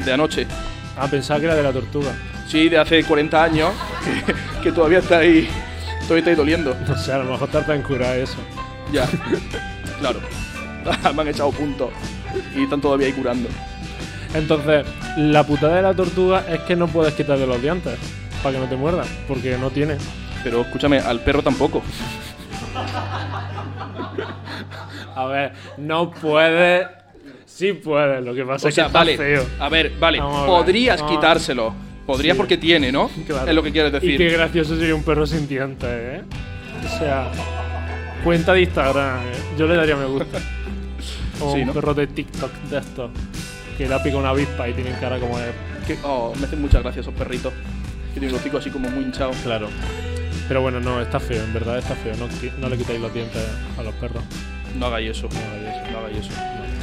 De anoche. A pensar que era de la tortuga. Sí, de hace 40 años. Que, que todavía está ahí. Todavía está ahí doliendo. No sé, a lo mejor tarda en curar eso. Ya. claro. Me han echado puntos. Y están todavía ahí curando. Entonces, la putada de la tortuga es que no puedes quitarle los dientes para que no te muerda, porque no tiene. Pero escúchame, al perro tampoco. A ver, no puedes. Sí puedes, lo que pasa O sea, vale. A ver, vale. Vamos a ver. Podrías Vamos a ver. quitárselo. Podrías Sí. porque tiene, ¿no? Claro. Es lo que quieres Y qué decir. gracioso sería un perro sin dientes, ¿eh? O sea, cuenta de Instagram, ¿eh? Yo le daría me gusta. O Sí, un ¿no? perro de TikTok de estos, que le ha picado una avispa y tienen cara como de. Que- oh, me hacen muchas gracias esos perritos. Que tienen los hocico así como muy hinchados. Claro. Pero bueno, no, está feo, en verdad está feo. No, qui- no le quitáis los dientes a los perros. No hagáis eso, no hagáis eso, no hagáis eso.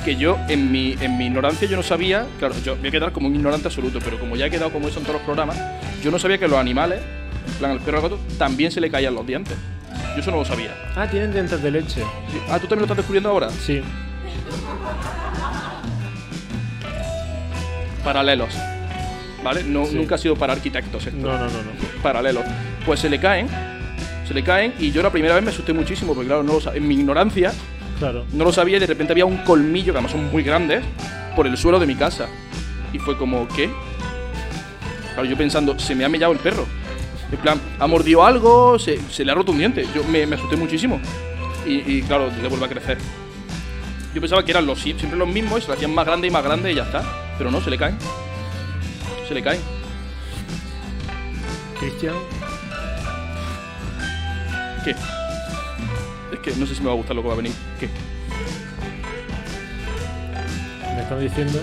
Que yo, en mi, en mi ignorancia, yo no sabía, claro, yo voy a quedar como un ignorante absoluto, pero como ya he quedado como eso en todos los programas, yo no sabía que los animales, en plan al perro y al gato, también se le caían los dientes. Yo eso no lo sabía. Ah, tienen dientes de leche. Sí. Ah, ¿tú también lo estás descubriendo ahora? Sí. Paralelos. ¿vale? No, Sí. Nunca ha sido para arquitectos esto, No, no, no, no. paralelo. Pues se le caen, se le caen y yo la primera vez me asusté muchísimo porque claro, no lo sa- en mi ignorancia Claro. no lo sabía y de repente había un colmillo, que además son muy grandes, por el suelo de mi casa. Y fue como, ¿qué? Claro, yo pensando, se me ha mellado el perro. En plan, ha mordido algo, se, se le ha roto un diente. Yo me, me asusté muchísimo. Y, y, claro, le vuelve a crecer. Yo pensaba que eran los sie- siempre los mismos y se le hacían más grande y más grande y ya está. Pero no, se le caen. Se le caen. Cristian. ¿Qué? Es que no sé si me va a gustar lo que va a venir. ¿Qué? Me están diciendo.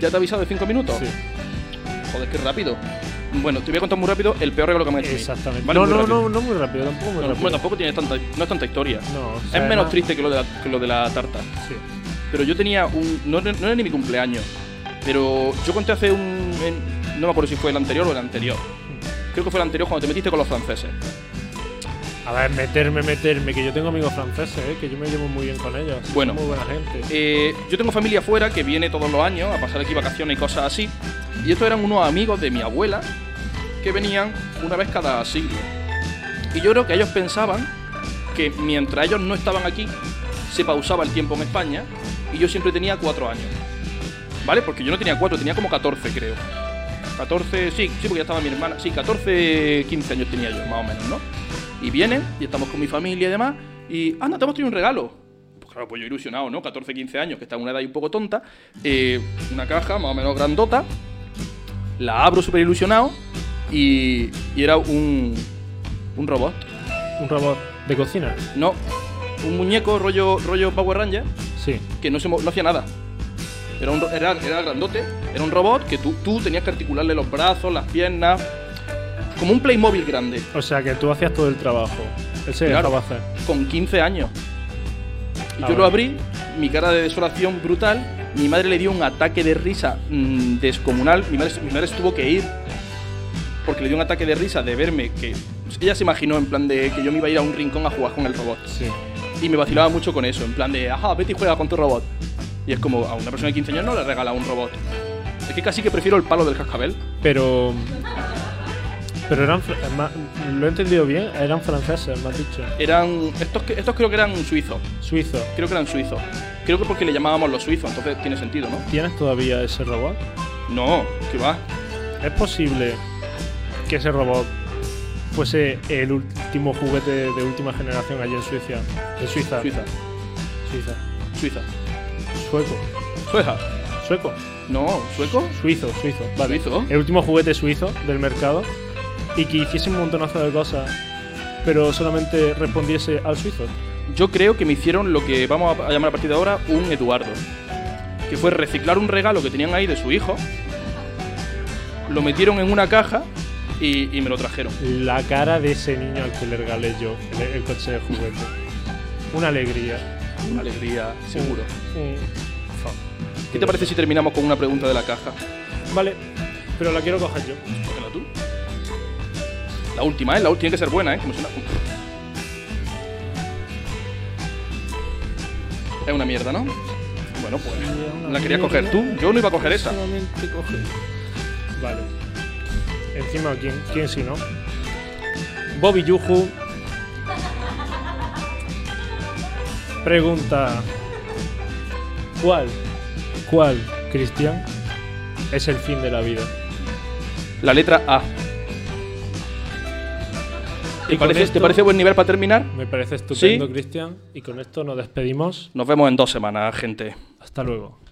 ¿Ya te he avisado de 5 minutos? Sí. Joder, qué rápido. Bueno, te voy a contar muy rápido el peor regalo que me han hecho. a mí. Exactamente. Vale, no, muy no, rápido. no, no muy rápido, tampoco muy No, no, rápido. bueno, tampoco tiene tanta, no es tanta historia. No, o sea, es además- menos triste que lo, de la, que lo de la tarta. Sí. Pero yo tenía un. No, era- no era ni mi cumpleaños. Pero yo conté hace un. en- no me acuerdo si fue el anterior o el anterior. Creo que fue el anterior cuando te metiste con los franceses. A ver, meterme, meterme, que yo tengo amigos franceses, ¿eh? que yo me llevo muy bien con ellos. son Bueno. muy buena gente. Eh, yo tengo familia afuera que viene todos los años a pasar aquí vacaciones y cosas así. Y estos eran unos amigos de mi abuela que venían una vez cada siglo. Y yo creo que ellos pensaban que mientras ellos no estaban aquí, se pausaba el tiempo en España y yo siempre tenía cuatro años. ¿Vale? Porque yo no tenía cuatro, tenía como 14 creo. 14, sí, sí, porque ya estaba mi hermana. Sí, 14, 15 años tenía yo, más o menos, ¿no? Y vienen, y estamos con mi familia y demás, y, anda, te hemos traído un regalo. Pues claro, pues yo ilusionado, ¿no? 14, 15 años, que está en una edad ahí un poco tonta. eh, una caja más o menos grandota. La abro súper ilusionado y, y era un, un robot. Un robot de cocina. No, un muñeco rollo, rollo Power Ranger Sí. que no, se mo- no hacía nada. Era, un, ro- era, era grandote, era un robot que tú, tú tenías que articularle los brazos, las piernas, como un Playmobil grande, O sea, que tú hacías todo el trabajo. Él se Claro. dejaba hacer. con 15 años. Y Ah, yo bueno. lo abrí, mi cara de desolación brutal, mi madre le dio un ataque de risa mm, descomunal, mi madre, mi madre se tuvo que ir porque le dio un ataque de risa de verme que ella se imaginó en plan de que yo me iba a ir a un rincón a jugar con el robot. Sí. Y me vacilaba mucho con eso, en plan de, ajá, vete y juega con tu robot. Y es como, a una persona de 15 años no le regala un robot. Es que casi que prefiero el palo del cascabel. Pero. Pero eran. fr- eh, ma- Lo he entendido bien, eran franceses, me has dicho. Eran, estos, que- estos creo que eran suizos, Suizos. creo que eran suizos. Creo que porque le llamábamos los suizos, entonces tiene sentido, ¿no? ¿Tienes todavía ese robot? No, que va. ¿Es posible que ese robot fuese el último juguete de última generación allí en Suiza? En Suiza. Suiza, Suiza. Suiza. Sueco. Sueja. Sueco. No, sueco. Suizo, suizo. Vale. ¿Suizo? El último juguete suizo del mercado y que hiciese un montonazo de cosas, pero solamente respondiese al suizo. Yo creo que me hicieron lo que vamos a llamar a partir de ahora un Eduardo. Que fue reciclar un regalo que tenían ahí de su hijo, lo metieron en una caja y- y me lo trajeron. La cara de ese niño al que le regalé yo el, el coche de juguete. Una alegría. Mm. Alegría, seguro. Un- ¿Qué te parece si terminamos con una pregunta de la caja? Vale, pero la quiero coger yo. Cógela tú. La última, ¿eh? La última tiene que ser buena, ¿eh? Que me suena- Es una mierda, ¿no? Bueno, pues. La querías coger tú. Yo no iba a coger esa. Solamente coger. Vale. Encima, ¿quién, quién si no? Bobby Yuju. Pregunta. ¿Cuál? ¿Cuál, Cristian? Es el fin de la vida. La letra A. ¿Te Y con parece, esto- ¿Te parece buen nivel para terminar? Me parece estupendo, Sí. Cristian. Y con esto nos despedimos. Nos vemos en dos semanas, gente. Hasta luego.